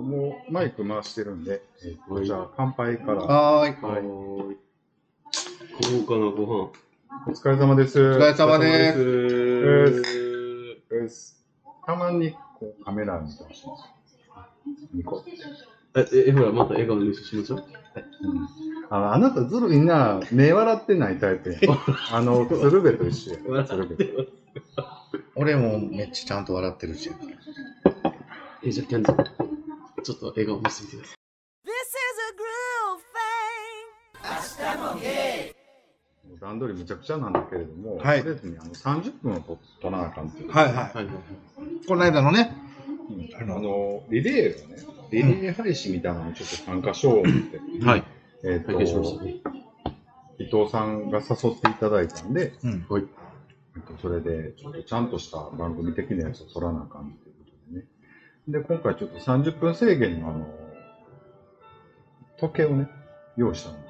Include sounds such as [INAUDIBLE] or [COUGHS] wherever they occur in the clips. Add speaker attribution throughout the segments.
Speaker 1: もうマイク回してるんで、えっとじゃあ乾杯から。
Speaker 2: はーい。
Speaker 1: はい
Speaker 3: ーい。豪華なご飯。
Speaker 1: お疲れ様です。お
Speaker 2: 疲れ様です
Speaker 3: ー
Speaker 1: です。たまにこうカメラ見てほしい。ニコって。
Speaker 3: え、え、ほら、また笑顔で練習しましょう。
Speaker 1: うんああなたずるいな。目笑ってないタイプや。あの、鶴瓶と一緒や。鶴瓶。
Speaker 2: 俺もめっちゃちゃんと笑ってるし。
Speaker 3: え、じゃあ、キャンディーちょっと笑顔見せてくださ。
Speaker 4: This is a groove thing.
Speaker 1: 段取りむちゃくちゃなんだけれども、
Speaker 2: はい
Speaker 1: とりあえずにあの30分を取取らなあかんっていう。
Speaker 2: はいはい
Speaker 3: はいはい
Speaker 2: い。この間のね、
Speaker 1: うんあの、リレーをね、リレー配信みたいなのにちょっと参加しようって、
Speaker 3: はい。はい。
Speaker 1: えっと
Speaker 3: 拝見しましたね。
Speaker 1: 伊藤さんが誘っていただいたんで、
Speaker 2: うん
Speaker 3: はい
Speaker 1: えっとそれでちょっとちゃんとした番組的なやつを取らなあかんということでね。で、今回ちょっと30分制限のあの、時計をね、用意したので、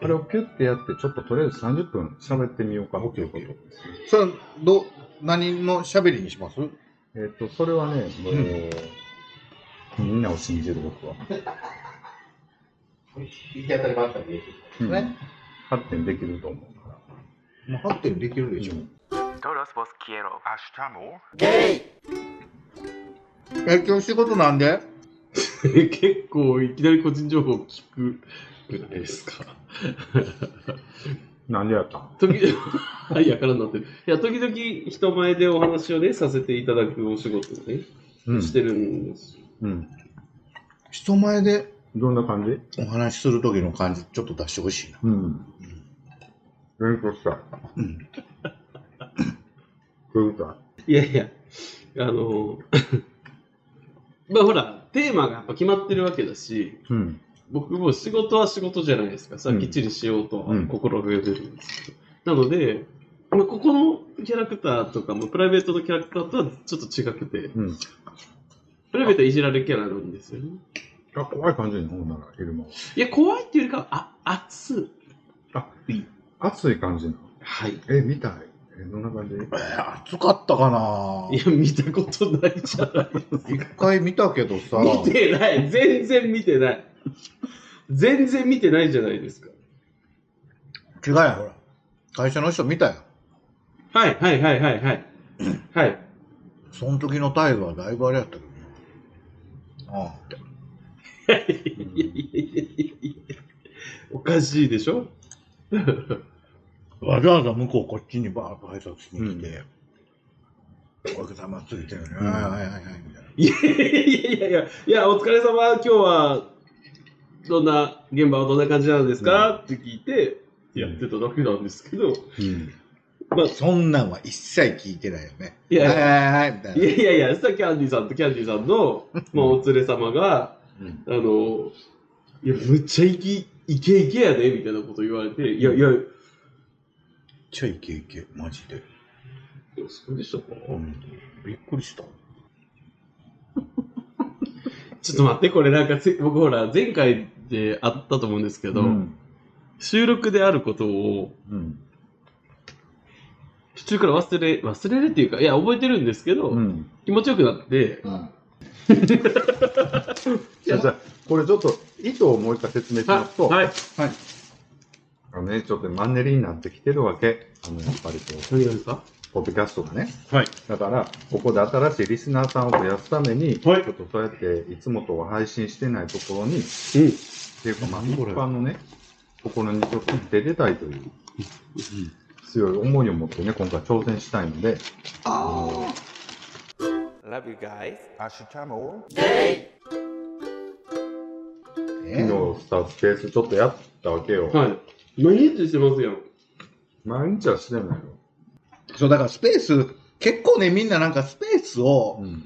Speaker 1: これをピュッてやって、ちょっととりあえず30分喋ってみようかということですね。
Speaker 2: それはどう、何の喋りにします
Speaker 1: えっ、と、それはね、もう、みんなを信じる僕は。
Speaker 2: 行き当たりばったりでね。
Speaker 1: 発展できると思うから。
Speaker 2: もう発展できるでしょ。
Speaker 5: Todos vos quiero.
Speaker 2: え、今日仕事なんで
Speaker 3: [LAUGHS] 結構いきなり個人情報を聞くじゃないですか。
Speaker 1: 何でやったん
Speaker 3: 時々、 [LAUGHS] はい、やからになってる。いや、時々人前でお話をね、させていただくお仕事をね、
Speaker 1: うん
Speaker 3: してるんです。
Speaker 1: うん。
Speaker 2: 人前で
Speaker 1: どんな感じ
Speaker 2: お話しする時の感じ、ちょっと出してほしいな。
Speaker 1: うん。勉強したい。
Speaker 2: うん。
Speaker 1: [LAUGHS] 食いた
Speaker 3: いやいや、あの、 [LAUGHS] まあほら、テーマがやっぱ決まってるわけだし、
Speaker 1: い。うん。
Speaker 3: 僕も仕事は仕事じゃないですか。さ
Speaker 1: う
Speaker 3: あ
Speaker 1: ん
Speaker 3: きっちりしようと
Speaker 1: うん
Speaker 3: 心がけてるんですけど。なので、まあ、ここのキャラクターとかもプライベートのキャラクターとはちょっと違くて、
Speaker 1: うん。
Speaker 3: プライベートはいじられるキャラなんですよね。
Speaker 1: あ、怖い感じのほんなら、昼間は。
Speaker 3: いや、怖いっていうよりかは、あ、熱い。
Speaker 1: 暑い感じの。
Speaker 3: はい。
Speaker 1: え、見たい。え、どんな感じ
Speaker 2: えー暑かったかない
Speaker 3: や、見たことないじゃ
Speaker 1: [LAUGHS]
Speaker 3: ないです
Speaker 2: 一
Speaker 3: か。
Speaker 2: 回見たけどさ、
Speaker 3: 見てない。全然見てない。全然見てないじゃないですか。
Speaker 2: 違うやんほら。会社の人見たよ。
Speaker 3: はいはいはいはいはい。はい。
Speaker 2: その時の態度はだいぶあれやったけどね。ああって。
Speaker 3: おかしいでしょ
Speaker 2: わざわざ向こうこっちにバーッと挨拶しに来て、お客様ついてるね、
Speaker 1: ん
Speaker 2: はいはいはいはい、みたいない
Speaker 3: やいやいやいや、いや、お疲れ様、今日は、どんな、現場はどんな感じなんですか、って聞いて、やってただけなんです [LAUGHS] けど、
Speaker 1: うん。
Speaker 3: まあ、
Speaker 2: そんなんは一切聞いてないよね。
Speaker 3: い
Speaker 2: はい
Speaker 3: や
Speaker 2: はい
Speaker 3: や、
Speaker 2: いはい、みたい
Speaker 3: い
Speaker 2: な
Speaker 3: や。いやいや、さ、キャンディーさんとキャンディーさんの、まあ、お連れ様が、
Speaker 1: うん。
Speaker 3: あの、いや、むっちゃいき、イケイケやで、みたいなこと言われて、いやいや、
Speaker 2: ちょいけいけ、マジで。
Speaker 3: そうでしたか
Speaker 2: びっくりした。
Speaker 3: ちょっと待って、これなんかつい、僕ほら、前回であったと思うんですけど、
Speaker 1: うん。
Speaker 3: 収録であることを、
Speaker 1: うん。
Speaker 3: 途中から忘れ、忘れるっていうか、いや、覚えてるんですけど、
Speaker 1: うん。
Speaker 3: 気持ちよくなって、
Speaker 1: じゃあじゃあ、これちょっと、意図をもう一回説明しますと、
Speaker 3: はい。
Speaker 1: あのね、ちょっとマンネリになってきてるわけ。あの、やっぱりこう、
Speaker 3: 何がですか
Speaker 1: ポッドキャストがね。
Speaker 3: はい。
Speaker 1: だから、ここで新しいリスナーさんを増やすために、
Speaker 3: はい
Speaker 1: ちょっとそうやって、いつもとは配信してないところに、っ
Speaker 3: うん。
Speaker 1: ていうか、まあ、
Speaker 2: 何
Speaker 1: 一
Speaker 2: これ
Speaker 1: 般のね、ところにちょっと出てたいという、強い思いを持ってね、今回挑戦したいので、
Speaker 5: Love you guys.
Speaker 2: え
Speaker 1: 昨日スタースペースちょっとやったわけよ。
Speaker 3: はい。毎日してますやん。
Speaker 1: 毎日はしてないよ。
Speaker 2: そう、だからスペース、結構ね、みんななんかスペースを、
Speaker 1: ん。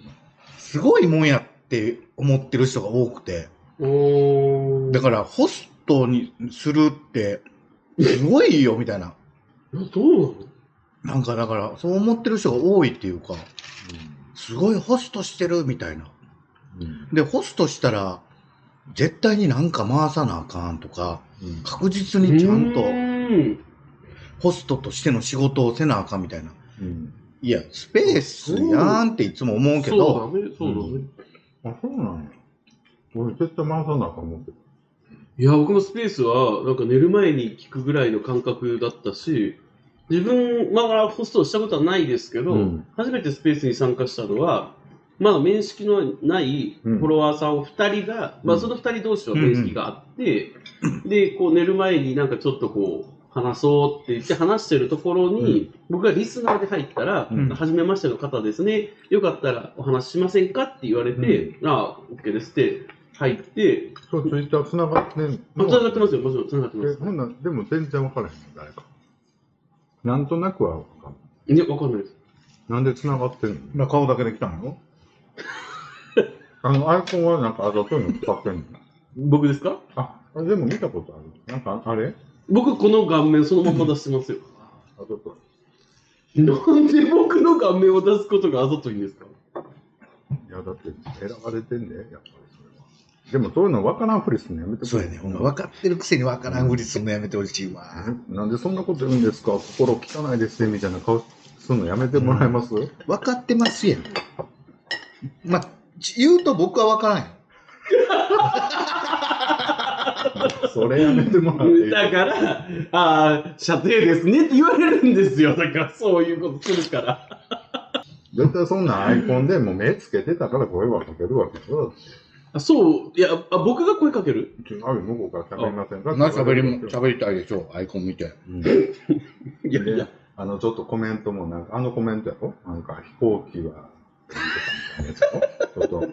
Speaker 2: すごいもんやって思ってる人が多くて、
Speaker 3: お
Speaker 2: だ
Speaker 3: だ
Speaker 2: か
Speaker 3: か
Speaker 2: らホストにするって、すごいよ、みたいな。
Speaker 3: ら、どうなの
Speaker 2: なんかだから、そう思ってる人が多いっていうか、すごいホストしてるみたいな。
Speaker 1: うん。
Speaker 2: で、ホストしたら、絶対になんか回さなあかんとか、
Speaker 1: うん。
Speaker 2: 確実にちゃんと
Speaker 3: うーん
Speaker 2: ホストとしての仕事をせなあかんみたいな。
Speaker 1: うん。
Speaker 2: いや、スペースやんっていつも思うけ
Speaker 3: そう
Speaker 2: ど、
Speaker 3: だね、そうだね。
Speaker 1: あ、そうなんや。俺絶対回さなあかん思ってた。
Speaker 3: いや、僕もスペースは、なんか寝る前に聞くぐらいの感覚だったし、自分、まあ、ホストをしたことはないですけど、
Speaker 1: うん
Speaker 3: 初めてスペースに参加したのは、まだ面識のないフ
Speaker 1: うん
Speaker 3: ォロワーさんを2人が、まあ、その2人同士は面識があって、で、こう寝る前になんかちょっとこう、話そうって言って話してるところに、僕がリスナーで入ったら、
Speaker 1: うん
Speaker 3: 初めましての方ですね、よかったらお話ししませんかって言われて、ああ、OK ですって入って、
Speaker 1: そう、ツイッター繋がってんの
Speaker 3: あ、繋がってますよ、もちろん繋がってま
Speaker 1: え
Speaker 3: す。
Speaker 1: ほんなんでも全然分からへんの誰かなんとなくは分かんない
Speaker 3: いや、わかんないです。
Speaker 1: なんで繋がってんの
Speaker 2: な顔だけで来たのよ。
Speaker 1: あのアイコンはなんかあざといの使ってんの
Speaker 3: 僕ですか
Speaker 1: ああでも見たことあるなんかあれ
Speaker 3: 僕、この顔面そのまま出してますよ。
Speaker 1: あざと
Speaker 3: なんで僕の顔面を出すことがあざといんですか
Speaker 1: いいやだって選ばれてんでやっぱりそれはでもそういうの分からんふりすんのやめてく
Speaker 2: そう
Speaker 1: れ
Speaker 2: やね。ほんま、分かってるくせに分からんふりすんのやめてほしいわ。
Speaker 1: なんでそんなこと言うんですか心汚いですねみたいな顔すんのやめてもらえます、
Speaker 2: 分かってますやん。まあ、ち言うと僕は分からんよ。
Speaker 1: それやめてもらっていい
Speaker 3: だから、ああ、射程ですねって言われるんですよ。だから、そういうことするから。
Speaker 1: 絶対そんなアイコンでもう目つけてたから声はかけるわけでしょ
Speaker 3: あそう、いやあ、僕が声かける
Speaker 1: 違うよ向こうから喋りませんか
Speaker 2: な喋りも、
Speaker 1: 喋
Speaker 2: 喋りたいでしょ、アイコン見て。
Speaker 1: うん
Speaker 3: いやいや
Speaker 1: で、あの、ちょっとコメントも、なんか、あのコメントやろなんか、飛行機は、なんとかみたいなやつやろちょっと、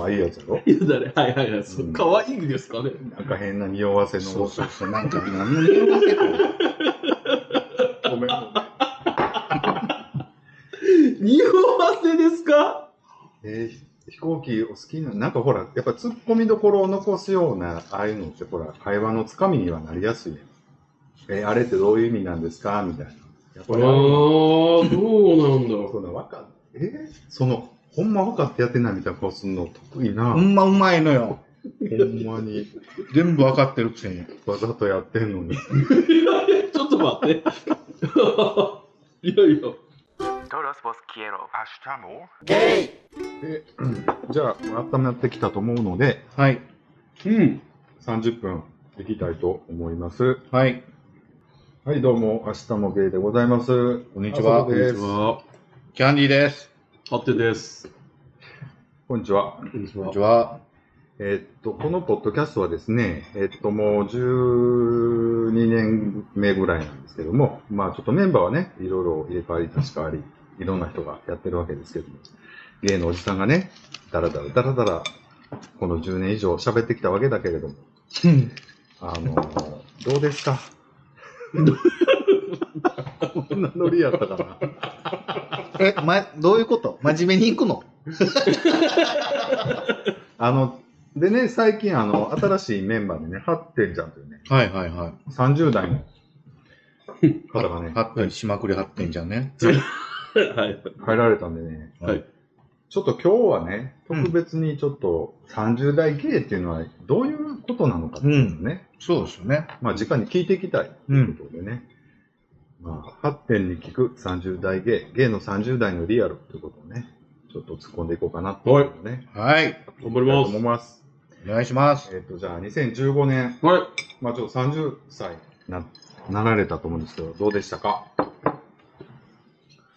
Speaker 1: 可愛いやつやろ
Speaker 3: いや、誰はいはいはい。そううん可愛いですかね。
Speaker 1: なんか変な匂わせの、
Speaker 2: そうそうそう、なんか何の匂わせか。
Speaker 1: ごめんごめん
Speaker 3: 匂わせですか
Speaker 1: えー飛行機お好きな、なんかほら、やっぱ突っ込みどころを残すような、ああいうのって、ほら、会話のつかみにはなりやすいやんえーあれってどういう意味なんですかみたいな。やっ
Speaker 3: あ
Speaker 1: ぱ
Speaker 3: あ、
Speaker 1: りあの、
Speaker 3: どうなんだろ
Speaker 1: その、わかんえーその、ほんま分かってやってないみたいな顔すんの得意な、
Speaker 2: ほんまうまいのよ。
Speaker 1: ほんまに
Speaker 2: 全部分かってるくせに。
Speaker 1: わざとやってんのに。
Speaker 3: う。いやいやちょっと待って。 [LAUGHS] いやいや。
Speaker 5: Todos vos quiero.
Speaker 1: で、じゃあ、温まってきたと思うので、
Speaker 2: はい。
Speaker 3: うん。
Speaker 1: 30分いきたいと思います。
Speaker 2: はい。
Speaker 1: はい、どうも、明日もゲイでございます。
Speaker 2: こんにちは
Speaker 1: あそうです
Speaker 3: は、
Speaker 2: キャンディーです。
Speaker 3: 発展です。
Speaker 1: こんにちは。
Speaker 3: こんにち
Speaker 2: こんにちは。
Speaker 1: えっと、このポッドキャストはですね、えっと、もう12年目ぐらいなんですけども、まあちょっとメンバーはね、いろいろ入れ替わり立ち替わり、いろんな人がやってるわけですけども、芸のおじさんがね、だらだらだらだら、この10年以上喋ってきたわけだけれども、あのどうですかこんなノリやったかな
Speaker 2: え、ま、どういうこと真面目に行くの
Speaker 1: あの、でね、最近あの、新しいメンバーでね、ハッテンちゃんというね、
Speaker 2: はいはいはい。
Speaker 1: 30代
Speaker 3: [LAUGHS]
Speaker 1: の方がね、
Speaker 2: 発展しまくり発展じゃんね。
Speaker 3: [LAUGHS] はい。
Speaker 1: 入られたんでね、
Speaker 3: はい
Speaker 1: ちょっと今日はね、特別にちょっと30代芸っていうのはどういうことなのかっていうのをね、
Speaker 2: そうですよね。
Speaker 1: まあ時間に聞いていきたいということでね、まあ発展に聞く30代芸、芸の30代のリアルということをね、ちょっと突っ込んでいこうかなというのをね、
Speaker 2: はい。
Speaker 3: 頑張ります
Speaker 1: 思います。
Speaker 2: お願いします。
Speaker 1: えっ、と、じゃあ2015年、
Speaker 3: はい。
Speaker 1: まあちょっと30歳ななられたと思うんですけど、どうでしたか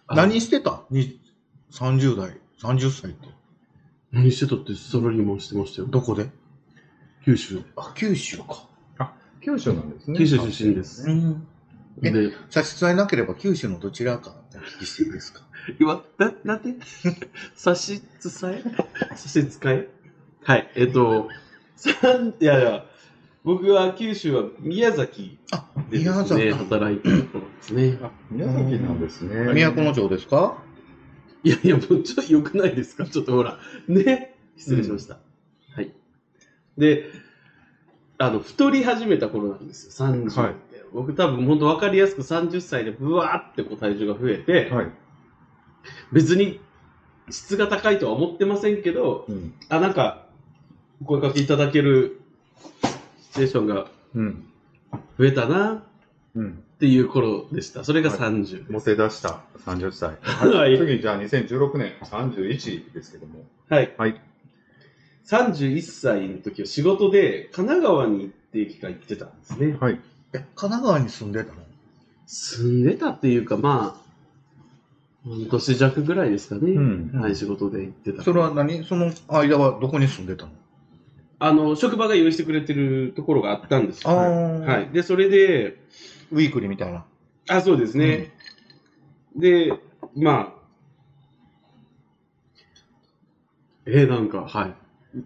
Speaker 3: あ
Speaker 2: 何してたに ?30 代、30歳って。
Speaker 3: 何してたってサラリーマンしてましたよ。
Speaker 2: どこで
Speaker 3: 九州。
Speaker 2: あ、九州か。
Speaker 1: 九州なんですね。
Speaker 3: 九州出身です。
Speaker 2: ん。え
Speaker 3: で、
Speaker 2: 差し支えなければ九州のどちらかお聞きしていいですか
Speaker 3: [LAUGHS] 今、な、なんて [LAUGHS] 差し支 [LAUGHS] え差し支えはい、えっと、さん、いやいや、僕は九州は宮崎
Speaker 2: あ、
Speaker 3: でで
Speaker 2: 宮
Speaker 3: す
Speaker 2: 崎
Speaker 3: ね、。働いてるところですね。
Speaker 1: あ宮崎なんですね。
Speaker 2: 都の町ですか
Speaker 3: いやいや、もうちょっと良くないですかちょっとほら、ね、失礼しました。はい。で、あの、太り始めた頃なんですよ、30って。
Speaker 1: はい
Speaker 3: 僕多分本当分かりやすく30歳でブワーってこう体重が増えて、
Speaker 1: はい。
Speaker 3: 別に質が高いとは思ってませんけど、
Speaker 1: うん。
Speaker 3: あ、なんか、お声かけいただけるシチュエーションが
Speaker 1: うん。
Speaker 3: 増えたな
Speaker 1: うん
Speaker 3: っていう頃でした。それが30で
Speaker 1: モ
Speaker 3: す。
Speaker 1: テ出した30歳。
Speaker 3: はい
Speaker 1: 次、じゃあ2016年31ですけども。
Speaker 3: はい。
Speaker 1: はい。
Speaker 3: 31歳の時は仕事で神奈川に行ってきか行ってたんですね。
Speaker 1: はい。
Speaker 2: え、神奈川に住んでたの
Speaker 3: 住んでたっていうか、まあ、半年弱ぐらいですかね。
Speaker 1: うん
Speaker 3: はい、仕事で行ってた。
Speaker 2: それは何その間はどこに住んでたの
Speaker 3: あの、職場が用意してくれてるところがあったんですよ。
Speaker 2: あ
Speaker 3: は
Speaker 2: ー
Speaker 3: いはい。で、それで、
Speaker 2: ウィークリーみたいな。
Speaker 3: あ、そうですね。で、まあ、えー、なんか、はい。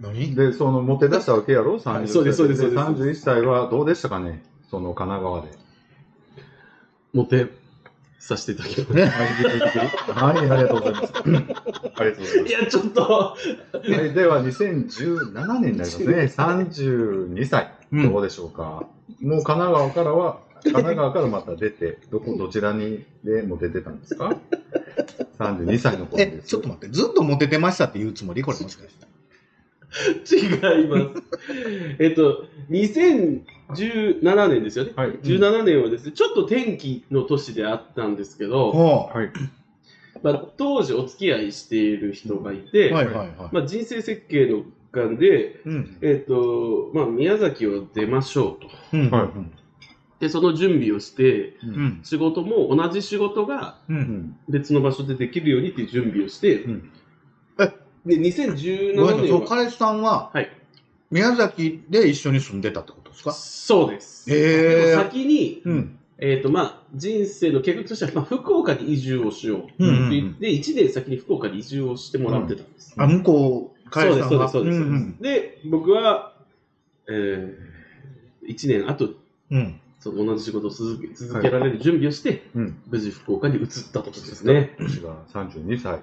Speaker 2: 何
Speaker 1: で、その、モテ出したわけやろ ?30 歳。
Speaker 3: はいそうですそうですそうです
Speaker 1: 31歳はどうでしたかねその、神奈川で。
Speaker 3: モテさせていただきま。
Speaker 1: はい、ありがとうございます。 [LAUGHS] ありがとうございます
Speaker 3: いや、ちょっと、
Speaker 1: す。はい、では、2017年になりますね。32歳。
Speaker 2: うん
Speaker 1: どうでしょうか。もう神奈川からは、神奈川からまた出て、どこ、どちらにでも出てたんですか ?32 歳の頃
Speaker 2: え
Speaker 1: で、す。
Speaker 2: ちょっと待って、ずっとモテてましたって言うつもりこれもしかして。
Speaker 3: 違います。 [LAUGHS] えっと、2017年ですよね。
Speaker 1: はい。
Speaker 3: 17年はですね、ちょっと天気の年であったんですけど、
Speaker 2: は
Speaker 1: はい。
Speaker 3: まあ、当時お付き合いしている人がい
Speaker 2: い
Speaker 3: て、
Speaker 2: はいはいはい。
Speaker 3: まあ、人生設計の間で、
Speaker 2: うん。
Speaker 3: えっ、と、まあ、宮崎を出ましょうと。
Speaker 2: うん。
Speaker 1: はい
Speaker 3: で、その準備をして、
Speaker 1: う。
Speaker 2: うんん。
Speaker 3: 仕事も同じ仕事が
Speaker 2: う。
Speaker 1: うんん。
Speaker 3: 別の場所でできるようにっていう準備をして、
Speaker 1: うん。
Speaker 3: で、
Speaker 2: ごめん
Speaker 3: 2017
Speaker 2: なさいその
Speaker 3: 年は、
Speaker 2: 彼氏さんは、
Speaker 3: はい
Speaker 2: 宮崎で一緒に住んでたってことですか
Speaker 3: そうです。
Speaker 2: へー
Speaker 3: でも先に、
Speaker 2: うん。
Speaker 3: えーとまあ、人生の計画としては、まあ、福岡に移住をしようって
Speaker 2: うんうんうん
Speaker 3: 言って、1年先に福岡に移住をしてもらってたんです。
Speaker 2: あ、向こう、
Speaker 3: そ
Speaker 2: 彼
Speaker 3: う
Speaker 2: 氏
Speaker 3: で
Speaker 2: さん
Speaker 3: す、そうで
Speaker 2: が。
Speaker 3: す、そうです。
Speaker 2: んうん
Speaker 3: で、僕は、え1年あと、
Speaker 2: うん。
Speaker 3: その同じ仕事を続け続けられる準備をして、
Speaker 1: うん。
Speaker 3: 無事福岡に移ったとことですね。
Speaker 1: 私が32歳で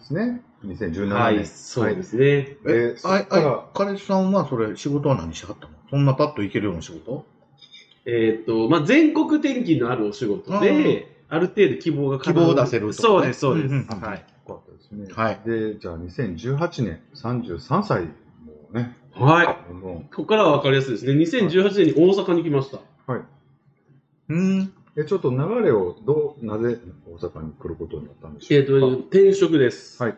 Speaker 1: すね。2017年。
Speaker 3: はい、そうですね。
Speaker 1: で
Speaker 2: え、
Speaker 1: そ
Speaker 2: あ
Speaker 1: っ
Speaker 2: い
Speaker 1: か
Speaker 2: あ
Speaker 1: ら
Speaker 2: い彼氏さんはそれ、仕事は何してはったのそんなパッと行けるような仕事
Speaker 3: えーとまあ、全国転勤のあるお仕事で、ある程度希望が
Speaker 2: 希
Speaker 3: 叶う
Speaker 2: 望を出せるとかね
Speaker 3: そうです、そうです。
Speaker 2: んんうん
Speaker 3: はい。
Speaker 1: よかったですね。
Speaker 2: はい。
Speaker 1: で、じゃあ2018年、33歳、もうね、
Speaker 3: はい。
Speaker 1: どんどん
Speaker 3: ここからは分かりやすいですね。2018年に大阪に来ました。
Speaker 2: うん。
Speaker 1: えちょっと流れをどう、なぜ大阪に来ることになったんでし
Speaker 3: え
Speaker 1: ょ
Speaker 3: っ、と、
Speaker 1: うか。
Speaker 3: 転職です。
Speaker 1: はい。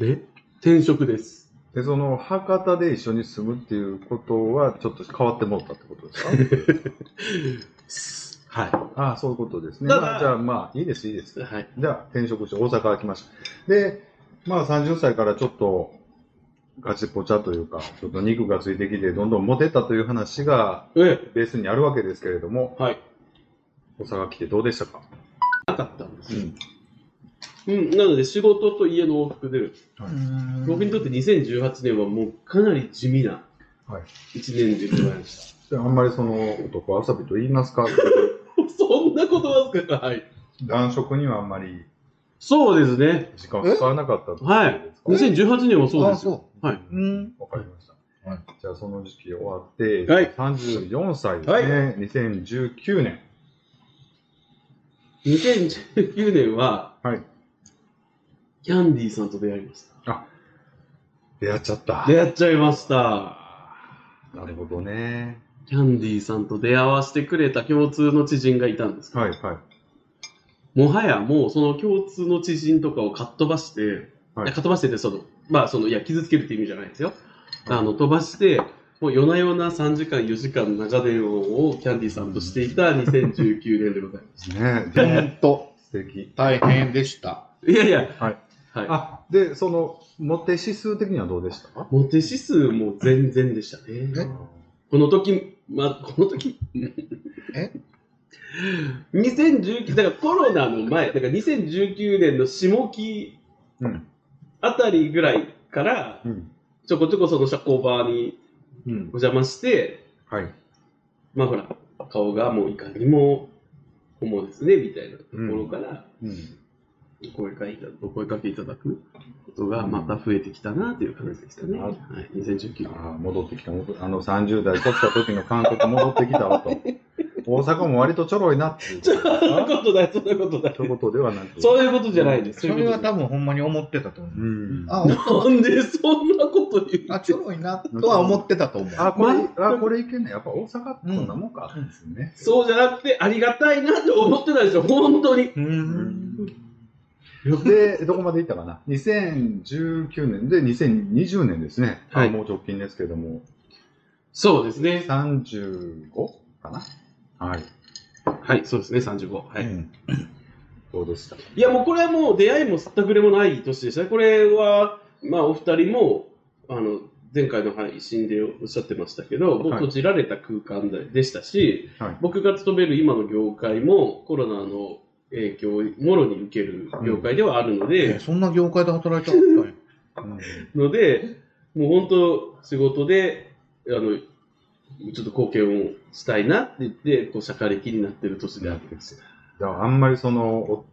Speaker 3: え転職です。
Speaker 1: で、その博多で一緒に住むっていうことは、ちょっと変わってもったってことですか
Speaker 3: は
Speaker 1: ああ、そういうことですね。
Speaker 3: ただ
Speaker 1: まあ、じゃあまあ、いいです、いいです
Speaker 3: い。。はい。
Speaker 1: じゃあ、転職して大阪に来ました。で、まあ30歳からちょっと、ガチポチャというか、ちょっと肉がついてきて、どんどんモテたという話が
Speaker 3: え、
Speaker 1: ベースにあるわけですけれども、
Speaker 3: はい。
Speaker 1: 大阪来てどうでしたか
Speaker 3: なかったんです。
Speaker 1: うん
Speaker 3: うん。なので、仕事と家の往復で、僕にと
Speaker 2: っ
Speaker 3: って2018年はもうかなり地味な
Speaker 1: はい
Speaker 3: 1年でございまし
Speaker 1: であんまりその男遊びと言いますか
Speaker 3: た。 [LAUGHS] そんなことはすかはい。
Speaker 1: 男色にはあんまり
Speaker 3: そうですね。
Speaker 1: 時間を使わなかったってこと
Speaker 3: はい
Speaker 1: ですか
Speaker 3: 2018年はそうですよ。
Speaker 2: よ。
Speaker 3: はい。
Speaker 2: うん。
Speaker 1: わかりました、
Speaker 2: はい
Speaker 1: じゃあその時期終わって、
Speaker 3: はい
Speaker 1: 34歳ですね、2019年
Speaker 3: 2019年は、
Speaker 1: はい
Speaker 3: キャンディーさんと出会いまし
Speaker 1: 出会っちゃった
Speaker 3: た。出会っちゃいました。
Speaker 1: なるほどね
Speaker 3: キャンディーさんと出会わせてくれた共通の知人がいたんです
Speaker 1: はいはい
Speaker 3: もはやもうその共通の知人とかをかっ飛ばして、
Speaker 1: はい
Speaker 3: いやかっ飛ばしててその、まあその、いや、傷つけるって意味じゃないですよ。あの、飛ばして、もう夜な夜な3時間、4時間長電話をキャンディーさんとしていた2019年でございま
Speaker 1: ね
Speaker 2: ほ
Speaker 1: え
Speaker 2: んと、
Speaker 1: 素敵
Speaker 2: 大変でした。
Speaker 3: す。いやいや、
Speaker 1: はい。
Speaker 3: はい。
Speaker 1: あでそのモテ指数的にはどうでした
Speaker 3: モテ指数も全然でしたね。この時、まあ、この時、
Speaker 2: え
Speaker 3: ?2019、だからコロナの前、だから2019年の下期
Speaker 1: うん
Speaker 3: あたりぐらいから、
Speaker 1: うん
Speaker 3: ちょこちょこその社交場に
Speaker 1: うん
Speaker 3: お邪魔して、
Speaker 1: はい
Speaker 3: まあほら、顔がもういかにも、思うですね、みたいなところから、
Speaker 1: うん
Speaker 3: お声かけいたお声かけいただくことがまた増えてきたなという感じでしたね。
Speaker 1: うん
Speaker 3: はい、2019
Speaker 1: あ
Speaker 3: 年。
Speaker 1: ー戻ってきた戻ってあの30代取った時の感覚戻ってきた [LAUGHS] わと大阪も割とちょろいなっていうことです
Speaker 3: そんな
Speaker 1: か
Speaker 3: ことない、そんなことない
Speaker 1: と。いうことではなく。
Speaker 3: そういうことじゃないです。
Speaker 2: それは多
Speaker 3: 分。
Speaker 2: 分ほんまに思ってたと思う。
Speaker 1: ん
Speaker 2: あ、
Speaker 3: なんでそんなこと言う
Speaker 2: あ、ちょろい [LAUGHS] なとは思ってたと思う。
Speaker 1: あ、これ
Speaker 3: 全、く
Speaker 1: あ、これいけんね。やっぱ大阪ってこんなもんか。ですね。
Speaker 3: そうじゃなくて、ありがたいなと思ってたでしょ、本当に。
Speaker 2: う。
Speaker 1: うんで、どこまでいったかな ?2019 年で2020年ですね。
Speaker 3: はい
Speaker 1: もう直近ですけども、
Speaker 3: そうですね。
Speaker 1: 35かなはい。
Speaker 3: はい、そうですね、35。はい。
Speaker 2: うん
Speaker 1: どうでした
Speaker 3: いや、もうこれはもう出会いもすったくれもない年でしたね。これは、まあ、お二人も、あの、前回の配信でおっしゃってましたけど、もう
Speaker 1: はい
Speaker 3: 閉じられた空間ででしたし、
Speaker 1: はい
Speaker 3: 僕が勤める今の業界もコロナの影響をもろに受ける業界ではあるの
Speaker 2: え
Speaker 3: で、
Speaker 2: そんな業界で働いちゃったんや。
Speaker 3: ので、もう本当、仕事で、あの、ちょっと貢献をしたいなって言って、こう、社会的になってる年であってです。
Speaker 1: だからあんまりその、お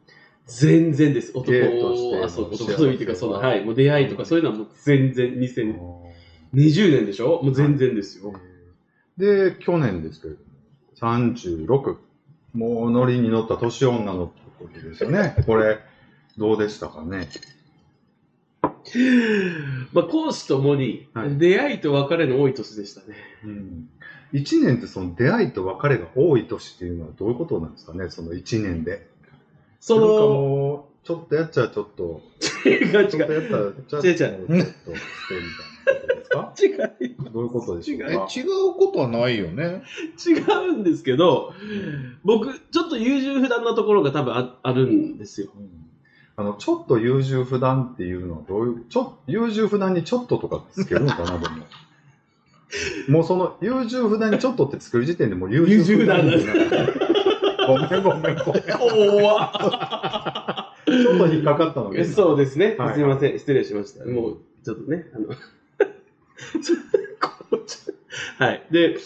Speaker 3: 全然です。男
Speaker 1: ゲイとしての
Speaker 3: を、あ、そう、男というか、
Speaker 1: 幸せ
Speaker 3: そ
Speaker 1: は
Speaker 3: の、はい、もう出会いとか、そういうのはもう全然、2020 20年でしょもう全然ですよ。
Speaker 1: で、去年ですけれども、36。もうノリに乗った年女の時ですよね。これ、どうでしたかね。
Speaker 3: まあ、講師ともに
Speaker 1: はい、
Speaker 3: 出会いと別れの多い年でしたね。
Speaker 1: うん、1年ってその出会いと別れが多い年っていうのはどういうことなんですかね、その1年で。
Speaker 3: そ
Speaker 1: なんか
Speaker 3: の、
Speaker 1: もう、ちょっとやっちゃちょっと、
Speaker 3: 違う
Speaker 1: ちょっと
Speaker 3: 違う。
Speaker 1: やったらちょっと
Speaker 3: 違う
Speaker 1: ちょっと
Speaker 3: 違う
Speaker 1: してみたいなことですか
Speaker 3: 違う、
Speaker 1: どういうことでしょう
Speaker 2: え、
Speaker 1: か
Speaker 2: 違うことはないよね。
Speaker 3: 違うんですけど、僕、ちょっと優柔不断なところが多分ああるんですよ。
Speaker 1: うんあのちょっと優柔不断っていうのはどういうちょ優柔不断にちょっととかつけるのかなで
Speaker 3: [LAUGHS]
Speaker 1: ももうその優柔不断にちょっとってつける時点でもう優柔不断
Speaker 3: 優
Speaker 1: に
Speaker 3: 柔
Speaker 1: ごめんごめんごめんちょっと引っかかったの
Speaker 3: え
Speaker 1: ね
Speaker 3: そうですね、
Speaker 1: はい
Speaker 3: すみません、失礼しました。
Speaker 1: うん
Speaker 3: もう、ちょっとね、あの [LAUGHS] ちょこうちょはい。で、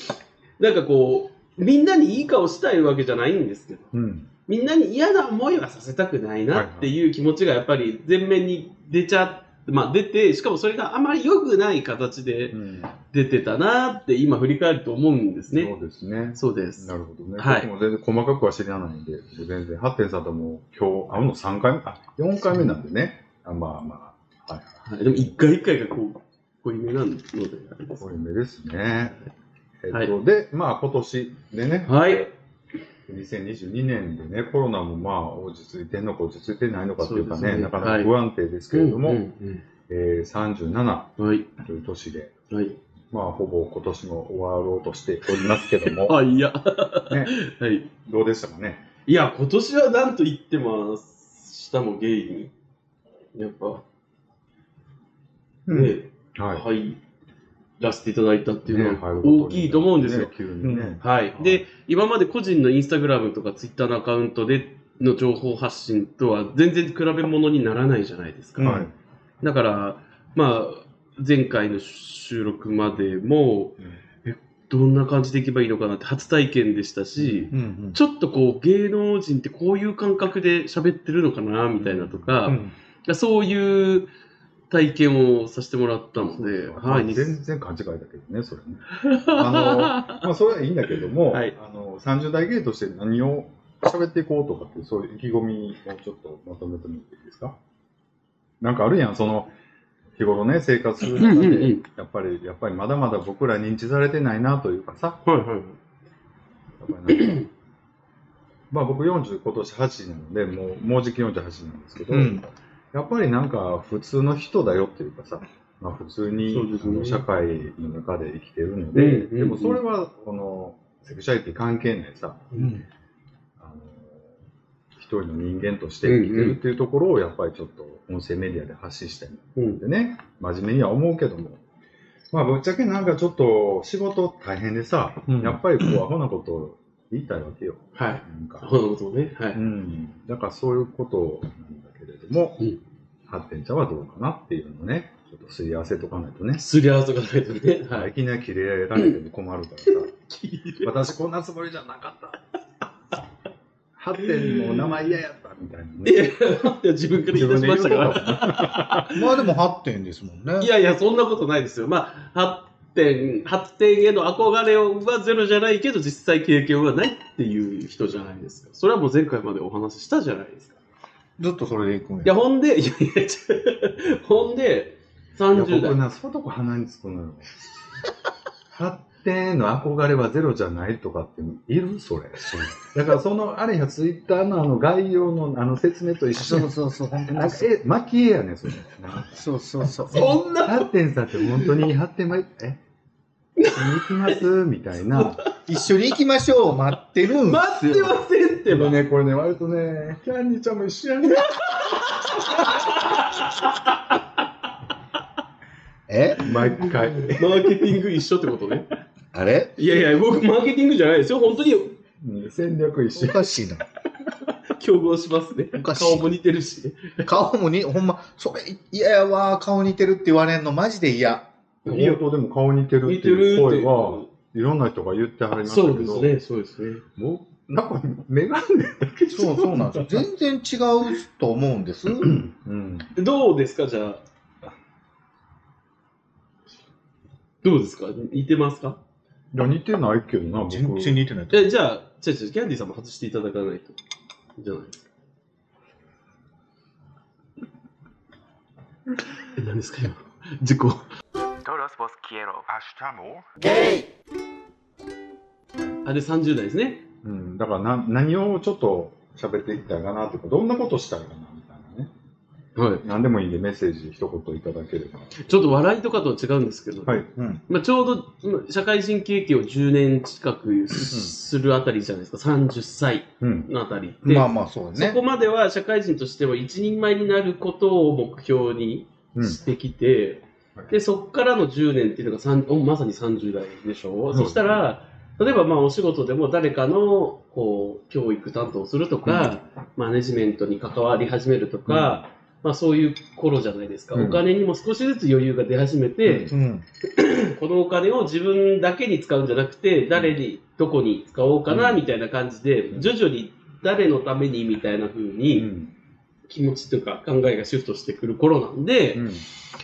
Speaker 3: なんかこう、みんなにいい顔したいわけじゃないんですけど、
Speaker 1: うん
Speaker 3: みんなに嫌な思いはさせたくないなっていう気持ちがやっぱり前面に出ちゃって、まあ出て、しかもそれがあまり良くない形で
Speaker 1: うん
Speaker 3: 出てたなって今振り返ると思うんですね
Speaker 1: そ。うですね
Speaker 3: そうです。
Speaker 1: なるほどね。
Speaker 3: はい
Speaker 1: 僕も全然細かくは知らないんで、全然、ハッテンさんとも今日会うの3回目、あ、4回目なんでね。あまあまあ、はい、
Speaker 3: はい、でも一回一回がこう、濃いめなので、あれです
Speaker 1: こういう目ですね。えっと、
Speaker 3: はい
Speaker 1: で、まあ今年でね、
Speaker 3: はい。
Speaker 1: 2022年でね、コロナもまあ落ち着いてんのか落ち着いてないのかっていうか
Speaker 3: そうで
Speaker 1: ね、
Speaker 3: すね
Speaker 1: なかなか不安定ですけれども、
Speaker 3: うん
Speaker 1: えー37
Speaker 3: うんはい。
Speaker 1: という年で、
Speaker 3: はい。
Speaker 1: まあほぼ今年も終わろうとしておりますけども、
Speaker 3: あ、いや。
Speaker 1: ね
Speaker 3: はい。
Speaker 1: どうでしたかね。
Speaker 3: いや、今年はなんと言っても、下もゲイに、やっぱ、ね、
Speaker 1: はい。
Speaker 3: 入らせていただいたっていう
Speaker 1: ね
Speaker 3: のは大きいと思うんですよ。。
Speaker 1: 入ることになってね急にね。
Speaker 3: はい
Speaker 1: は。い
Speaker 3: で、今まで個人のインスタグラムとかツイッターのアカウントでの情報発信とは全然比べ物にならないじゃないですか。
Speaker 2: うん
Speaker 1: はい。
Speaker 3: だから、まあ、前回の収録までも、えどんな感じでいけばいいのかなって初体験でしたし、
Speaker 2: うんうん
Speaker 3: ちょっとこう芸能人ってこういう感覚で喋ってるのかなみたいなとか、
Speaker 2: うん
Speaker 3: そういう体験をさせてもらったので、
Speaker 1: ま
Speaker 3: は
Speaker 1: あ
Speaker 3: い、に
Speaker 1: 全然勘違いだけどね、それ
Speaker 3: [LAUGHS]
Speaker 1: ね。あの、まあ、それはいいんだけども、
Speaker 3: はい
Speaker 1: あの30代芸として何を喋っていこうとかっていう、そういう意気込みをちょっとまとめてもらっていいですかなんかあるやん、その、日頃ね、生活する
Speaker 3: うん
Speaker 1: 中
Speaker 3: うんう
Speaker 1: で
Speaker 3: ん、
Speaker 1: やっぱり、やっぱりまだまだ僕ら認知されてないなというかさ、
Speaker 3: はいはい。
Speaker 1: やっぱりなんかまあ僕40、今年8なので、もう、もうじき48なんですけど、
Speaker 2: うん
Speaker 1: やっぱりなんか普通の人だよっていうかさ、まあ、普通に
Speaker 3: そうで
Speaker 1: あ
Speaker 3: すね
Speaker 1: の社会の中で生きてるので、
Speaker 3: うんうんうん
Speaker 1: でもそれはこのセクシャリティ関係ないさ、
Speaker 2: うん
Speaker 1: あの一人の人間として生きてるっていうところをやっぱりちょっと音声メディアで発信したいな
Speaker 3: うん
Speaker 1: んでね、真面目には思うけども、まあぶっちゃけなんかちょっと仕事大変でさ、
Speaker 2: うん
Speaker 1: やっぱりこうアホなことを言いたいわけよ。
Speaker 3: はい。
Speaker 1: なんか
Speaker 3: そういうことね。は
Speaker 1: う
Speaker 3: い。
Speaker 1: ん、だからそういうことなんだけれども、
Speaker 3: うん
Speaker 1: 発展者はどうかなっていうのをね、ちょっとすり合わせとかないとね、、
Speaker 3: すり合わせがないとね。はいい。
Speaker 1: きなり切れられても困るからさ、私こんなつもりじゃなかった。発展の名前嫌やったみたいなね、
Speaker 3: いや自分から言い出しましたから。
Speaker 2: まあでも8点ですもんね。
Speaker 3: いやいや、そんなことないですよ。まあ、発展、発展への憧れはゼロじゃないけど、実際経験はないっていう人じゃないですか。それはもう前回までお話ししたじゃないですか。
Speaker 2: ずっとそれでいくんや。
Speaker 3: いや、ほんで、いやいや、ちょほんで、
Speaker 1: いや
Speaker 3: 30
Speaker 1: 僕
Speaker 3: 代。
Speaker 1: な、そういうとこ鼻につくのよ。発定の憧れはゼロじゃないとかっているそれ。だからその、あれやツイッターのあの概要のあの説明と一緒
Speaker 2: そう
Speaker 1: の、
Speaker 2: そうそう、本当
Speaker 1: なん
Speaker 2: に
Speaker 1: か。え、巻き絵やねんそれ。
Speaker 2: そうそうそう。
Speaker 3: そんな
Speaker 1: ハッテンさんって本当にハッテンま、え、行きますみたいな。
Speaker 2: 一緒に行きましょう。待ってるんす
Speaker 3: 待って
Speaker 2: よ。
Speaker 3: ませんって
Speaker 1: でも
Speaker 3: ば。
Speaker 1: ね、これね、割とね、キャンディーちゃんも一緒やね。
Speaker 2: え
Speaker 1: 毎回。
Speaker 3: マーケティング一緒ってことね。
Speaker 2: あれ
Speaker 3: いやいや、僕、マーケティングじゃないですよ。本当に
Speaker 1: うん戦略一
Speaker 2: お
Speaker 1: 緒。
Speaker 2: かしいな。
Speaker 3: 競合しますね
Speaker 2: お。かしい
Speaker 3: 顔も似てるしね。
Speaker 2: 顔もに、ほんま、それ嫌やわ。顔似てるって言われんの、マジで嫌。
Speaker 1: いや、とでも顔似てる
Speaker 3: 似
Speaker 1: って
Speaker 3: てる
Speaker 1: いう
Speaker 3: って
Speaker 1: 声は、いろんな人が言ってはりましたけ
Speaker 3: そ
Speaker 1: ど。
Speaker 3: うですね、そうですね。
Speaker 1: もう、なんか、メガネだけ
Speaker 2: そうそうなんです [LAUGHS] よ。全然違うと思うんです。
Speaker 1: うん。
Speaker 3: どうですか、じゃあ。どうですか似てますか
Speaker 1: いや、似てないけどな、僕。
Speaker 2: 全然似てない。
Speaker 3: えじゃあ、じゃあ、キャンディーさんも外していただかないと。じゃないですか。え何ですか、今。事故。
Speaker 5: Todos vos quiero.
Speaker 3: あれ30代ですね。
Speaker 1: うん。だからな、何をちょっと喋っていったらいいかなとか、どんなことしたいかな、みたいなね。
Speaker 3: はい。
Speaker 1: 何でもいいんで、メッセージ一言いただければ。
Speaker 3: ちょっと笑いとかとは違うんですけど、
Speaker 1: はい。
Speaker 2: うん。
Speaker 3: まあ、ちょうどまあ社会人経験を10年近くするあたりじゃないですか、30歳
Speaker 1: うん。
Speaker 3: のあたりって、
Speaker 2: まあまあ、そう
Speaker 3: そ
Speaker 2: ね
Speaker 3: こ。までは社会人としては一人前になることを目標に
Speaker 1: うん。
Speaker 3: してきて、
Speaker 1: うんはい
Speaker 3: でそこからの10年っていうのがさんおまさに30代でしょ、
Speaker 1: うん
Speaker 3: そしたら例えばまあお仕事でも誰かのこう教育担当するとか、マネジメントに関わり始めるとか、まあ、そういう頃じゃないですか、
Speaker 1: うん
Speaker 3: お金にも少しずつ余裕が出始めて、
Speaker 2: うん。
Speaker 3: このお金を自分だけに使うんじゃなくて、誰に、どこに使おうかな、
Speaker 1: うん
Speaker 3: みたいな感じで、
Speaker 1: うん
Speaker 3: 徐々に誰のために、みたいな風
Speaker 1: う
Speaker 3: に、
Speaker 1: ん。
Speaker 3: 気持ちというか考えがシフトしてくる頃なんで、
Speaker 1: うん。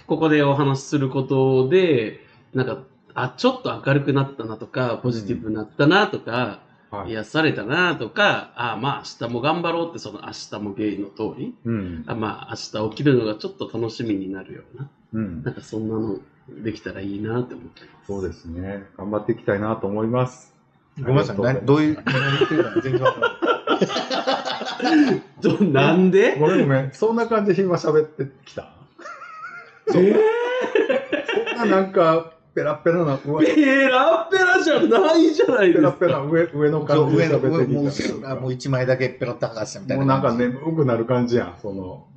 Speaker 3: ここでお話しすることで、なんか、あ、ちょっと明るくなったなとか、ポジティブになったなとか、
Speaker 1: はい。
Speaker 3: 癒されたなとか、あ、まあ明日も頑張ろうって、その明日もゲイの通り、
Speaker 1: うん。
Speaker 3: あまあ明日起きるのがちょっと楽しみになるような、
Speaker 1: うん
Speaker 3: な。んかそんなのできたらいいなって思ってます。
Speaker 1: そうですね。頑張っていきたいなと思います。
Speaker 2: ごめんなさい。などういう、何言ってるか全然わからない。
Speaker 3: どなんで
Speaker 1: ごめんごめん。そんな感じで今喋ってきた。
Speaker 3: え
Speaker 1: そんななんか、ペラペラな、うわ
Speaker 3: ー、ペラペラじゃないじゃない
Speaker 1: ペ
Speaker 3: です
Speaker 1: ラ
Speaker 3: か。
Speaker 1: ペラ上上の感じ
Speaker 2: 上
Speaker 1: で
Speaker 2: の、
Speaker 1: 喋
Speaker 2: 上
Speaker 1: って
Speaker 2: もう
Speaker 1: き
Speaker 2: 後
Speaker 1: た
Speaker 2: ろ
Speaker 1: から
Speaker 2: あもう一枚だけペロッと剥がしたみたい
Speaker 1: も
Speaker 2: な。
Speaker 1: うなんか。眠くなる感じやん、その。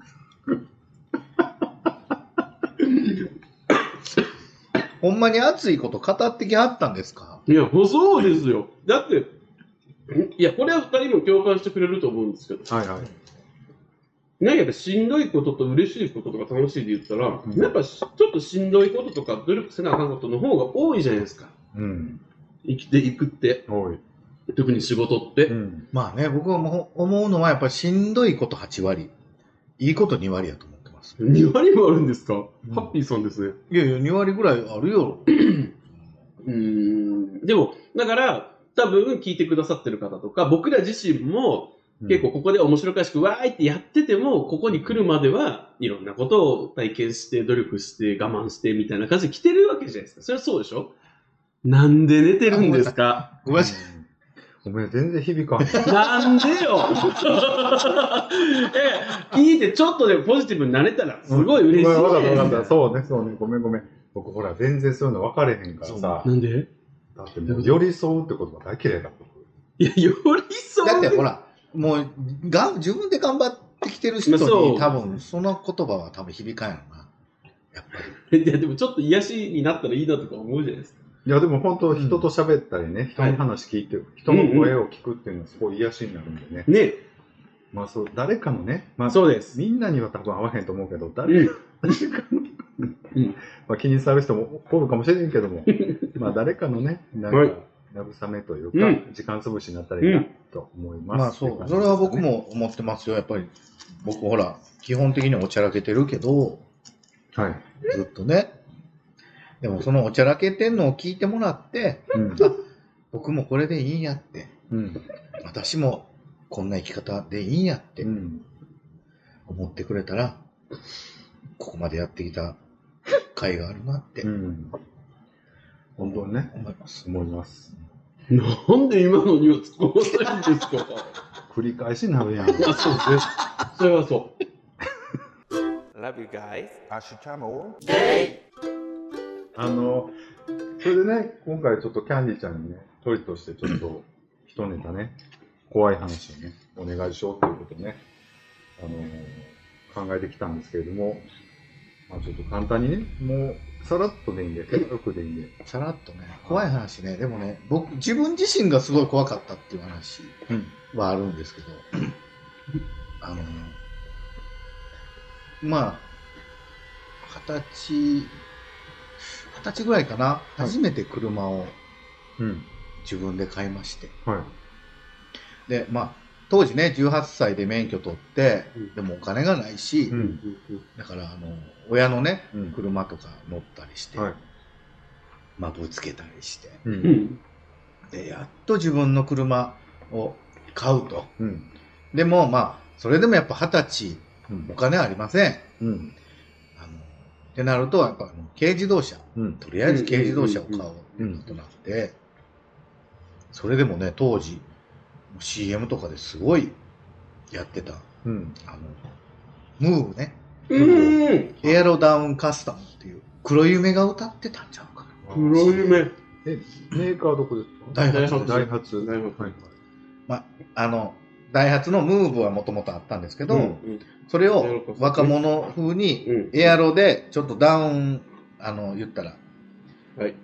Speaker 2: ほんまに熱いこと語ってきはったんですか
Speaker 3: いや、そうですよ。だって、いや、これは二人も共感してくれると思うんですけど、
Speaker 1: はいはい。
Speaker 3: なんかやっぱしんどいことと嬉しいこととか楽しいで言ったら、
Speaker 1: うん
Speaker 3: やっぱしちょっとしんどいこととか努力せなあかんことの方が多いじゃないですか。
Speaker 1: うん。
Speaker 3: 生きていくって、
Speaker 1: おい。
Speaker 3: 特に仕事って。
Speaker 1: うん。
Speaker 2: まあね、僕はもう思うのはやっぱりしんどいこと8割、いいこと2割やと思ってます。
Speaker 3: 2割もあるんですか、
Speaker 2: ん
Speaker 3: ハッピーさんですね。
Speaker 2: いやいや、2割ぐらいあるよ。
Speaker 3: うーん。でも、だから、多分聞いてくださってる方とか、僕ら自身も、結構ここで面白おかしくわーいってやってても、ここに来るまではいろんなことを体験して、努力して、我慢してみたいな感じで来てるわけじゃないですか。それはそうでしょなんで寝てるんですか
Speaker 2: ごめん
Speaker 1: マ
Speaker 2: な
Speaker 1: ジ
Speaker 2: さい。
Speaker 1: ごめん、全然響
Speaker 3: [LAUGHS]
Speaker 1: かん。
Speaker 3: なんでよ [LAUGHS] え、聞いてちょっとでもポジティブになれたらすごい嬉しい。
Speaker 1: ごめんわかったわかった。そうね、そうね。ごめんごめん。僕ほら、全然そういうの分かれへんからさ
Speaker 3: な。んで
Speaker 1: だってもう寄り添うって言葉大嫌いだった。
Speaker 3: いや、よりそう。
Speaker 2: だってほら、もうが自分で頑張ってきてる人
Speaker 3: まあそう
Speaker 2: に多分その言葉は多分響かんやろな。やっぱり。
Speaker 3: いや、でもちょっと癒しになったらいいなとか思うじゃないですか。
Speaker 1: いや、でも本当、人と喋ったりね、人の話聞いて、人の声を聞くっていうのはすごい癒しになるんでね。
Speaker 3: ね。
Speaker 1: まあそう、誰かのね、まあ、
Speaker 3: そうです。
Speaker 1: みんなには多分合わへんと思うけど、
Speaker 3: う
Speaker 1: 誰
Speaker 3: ん。
Speaker 1: [LAUGHS] まあ、気にされる人もおるかもしれんけども、まあ誰かのね、なん
Speaker 3: はい
Speaker 1: か慰めというか、
Speaker 3: うん
Speaker 1: 時間潰しになったらいいなと思います。
Speaker 2: まあそう、それは僕。も思ってますよ。やっぱり僕ほら、基本的におちゃらけてるけど、
Speaker 1: はい。
Speaker 2: ずっとね。でもそのおちゃらけてんのを聞いてもらって、
Speaker 1: うん。
Speaker 2: 僕もこれでいいんやって。
Speaker 1: うん。
Speaker 2: 私もこんな生き方でいいんやって
Speaker 1: うん。
Speaker 2: 思ってくれたら、ここまでやってきた甲斐があるなって
Speaker 1: うん。本当にね、
Speaker 2: 思います。
Speaker 1: 思います。
Speaker 3: なんで今のには突っ込まないんですか
Speaker 1: 繰り返しになるやん。
Speaker 3: あそうですね。それはそう。
Speaker 5: Love you guys.
Speaker 1: あの、それでね、今回ちょっとキャンディちゃんにね、トリとしてちょっと一ネタね、怖い話をね、お願いしようということをね、あの、考えてきたんですけれども、まあちょっと簡単にね、もう、さらっとでいいんで、軽くでいいんで、
Speaker 2: さらっとね、怖い話ね、でもね、僕、自分自身がすごい怖かったっていう話
Speaker 1: うん
Speaker 2: はあるんです
Speaker 1: [COUGHS]
Speaker 2: けど、あの、まあ、二十歳、二十歳ぐらいかな、
Speaker 1: い
Speaker 2: 初めて車を
Speaker 1: うん、
Speaker 2: 自分で買いまして、
Speaker 1: はい、
Speaker 2: で、まあ、当時ね、18歳で免許取って、でもお金がないし、
Speaker 1: うん、
Speaker 2: だから、あの、親のね、
Speaker 1: うん、
Speaker 2: 車とか乗ったりして、
Speaker 1: はい、
Speaker 2: まあ、ぶつけたりして、
Speaker 1: う、
Speaker 3: うんん。
Speaker 2: でやっと自分の車を買うと
Speaker 1: うん、
Speaker 2: でもまあそれでもやっぱ二十歳
Speaker 1: うん
Speaker 2: お、金ありません
Speaker 1: うん、
Speaker 2: あのってなるとやっぱあの軽自動車
Speaker 1: うん、
Speaker 2: とりあえず軽自動車を買おう
Speaker 1: うん、
Speaker 2: となってそれでもね当時 CM とかですごいやってた
Speaker 1: うん、
Speaker 2: あのムーね
Speaker 3: うん。
Speaker 2: エアロダウンカスタムっていう黒夢が歌ってたんちゃうかな
Speaker 3: 黒夢。
Speaker 1: え、メーカーどこですか
Speaker 2: ダイハ
Speaker 3: ツ
Speaker 1: ダイハツ。
Speaker 3: ダイハツ
Speaker 1: はい。
Speaker 2: まああのダイハツのムーブはもともとあったんですけど、
Speaker 1: うん
Speaker 3: うん
Speaker 2: それを若者風に
Speaker 3: うん。
Speaker 2: エアロでちょっとダウン、あの、言ったら、
Speaker 3: はい。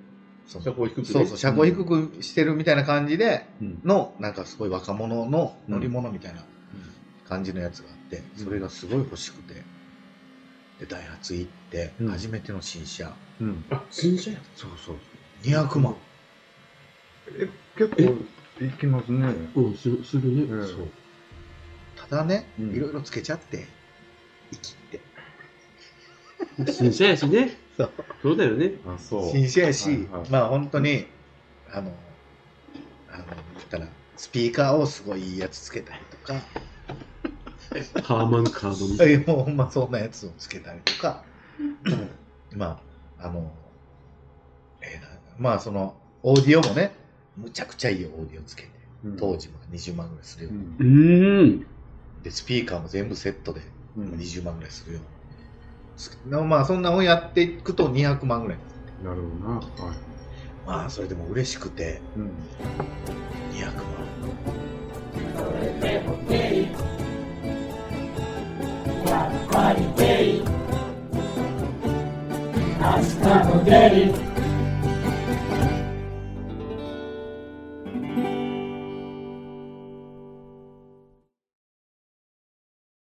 Speaker 2: その
Speaker 3: 車高低くね
Speaker 2: そうそう、車高低くしてるみたいな感じで
Speaker 1: うん、
Speaker 2: の、なんかすごい若者の乗り物みたいな
Speaker 1: う
Speaker 2: 感じのやつがあって、それがすごい欲しくて、で、ダイハツ行って
Speaker 1: う、ん
Speaker 2: 初めての新車、
Speaker 1: ん。
Speaker 3: あ、新車や。
Speaker 2: そうそう、200万。
Speaker 1: え、結構、いきますね。
Speaker 3: うん、するするね。
Speaker 1: うん
Speaker 2: そう。ただね、
Speaker 1: うん
Speaker 2: いろいろつけちゃって、生きて。
Speaker 3: 新車やしね。
Speaker 2: そう
Speaker 3: そうだよね。
Speaker 1: あ、そう。
Speaker 2: 新車やし、
Speaker 1: はいはい
Speaker 2: まあ本当に、あの、あの、言ったら、スピーカーをすごいいいやつつけたりとか、
Speaker 3: ハーマンカードみた
Speaker 2: そ
Speaker 3: い
Speaker 2: ういうほんまそんなやつをつけたりとか、まあ、あの、えーなまあその、オーディオもね、むちゃくちゃいいオーディオつけて、
Speaker 1: うん
Speaker 2: 当時は20万ぐらいするよ
Speaker 1: う
Speaker 2: うな、
Speaker 1: ん
Speaker 3: な。う。ーん。
Speaker 2: で、スピーカーも全部セットで
Speaker 1: うん
Speaker 2: 20万ぐらいするようなつけまあそんなをやっていくと200万ぐらい。
Speaker 1: なるほどな。はい。
Speaker 2: まあそれでも嬉しくて、
Speaker 1: うん。
Speaker 2: 200万。
Speaker 6: Hasta Monterrey.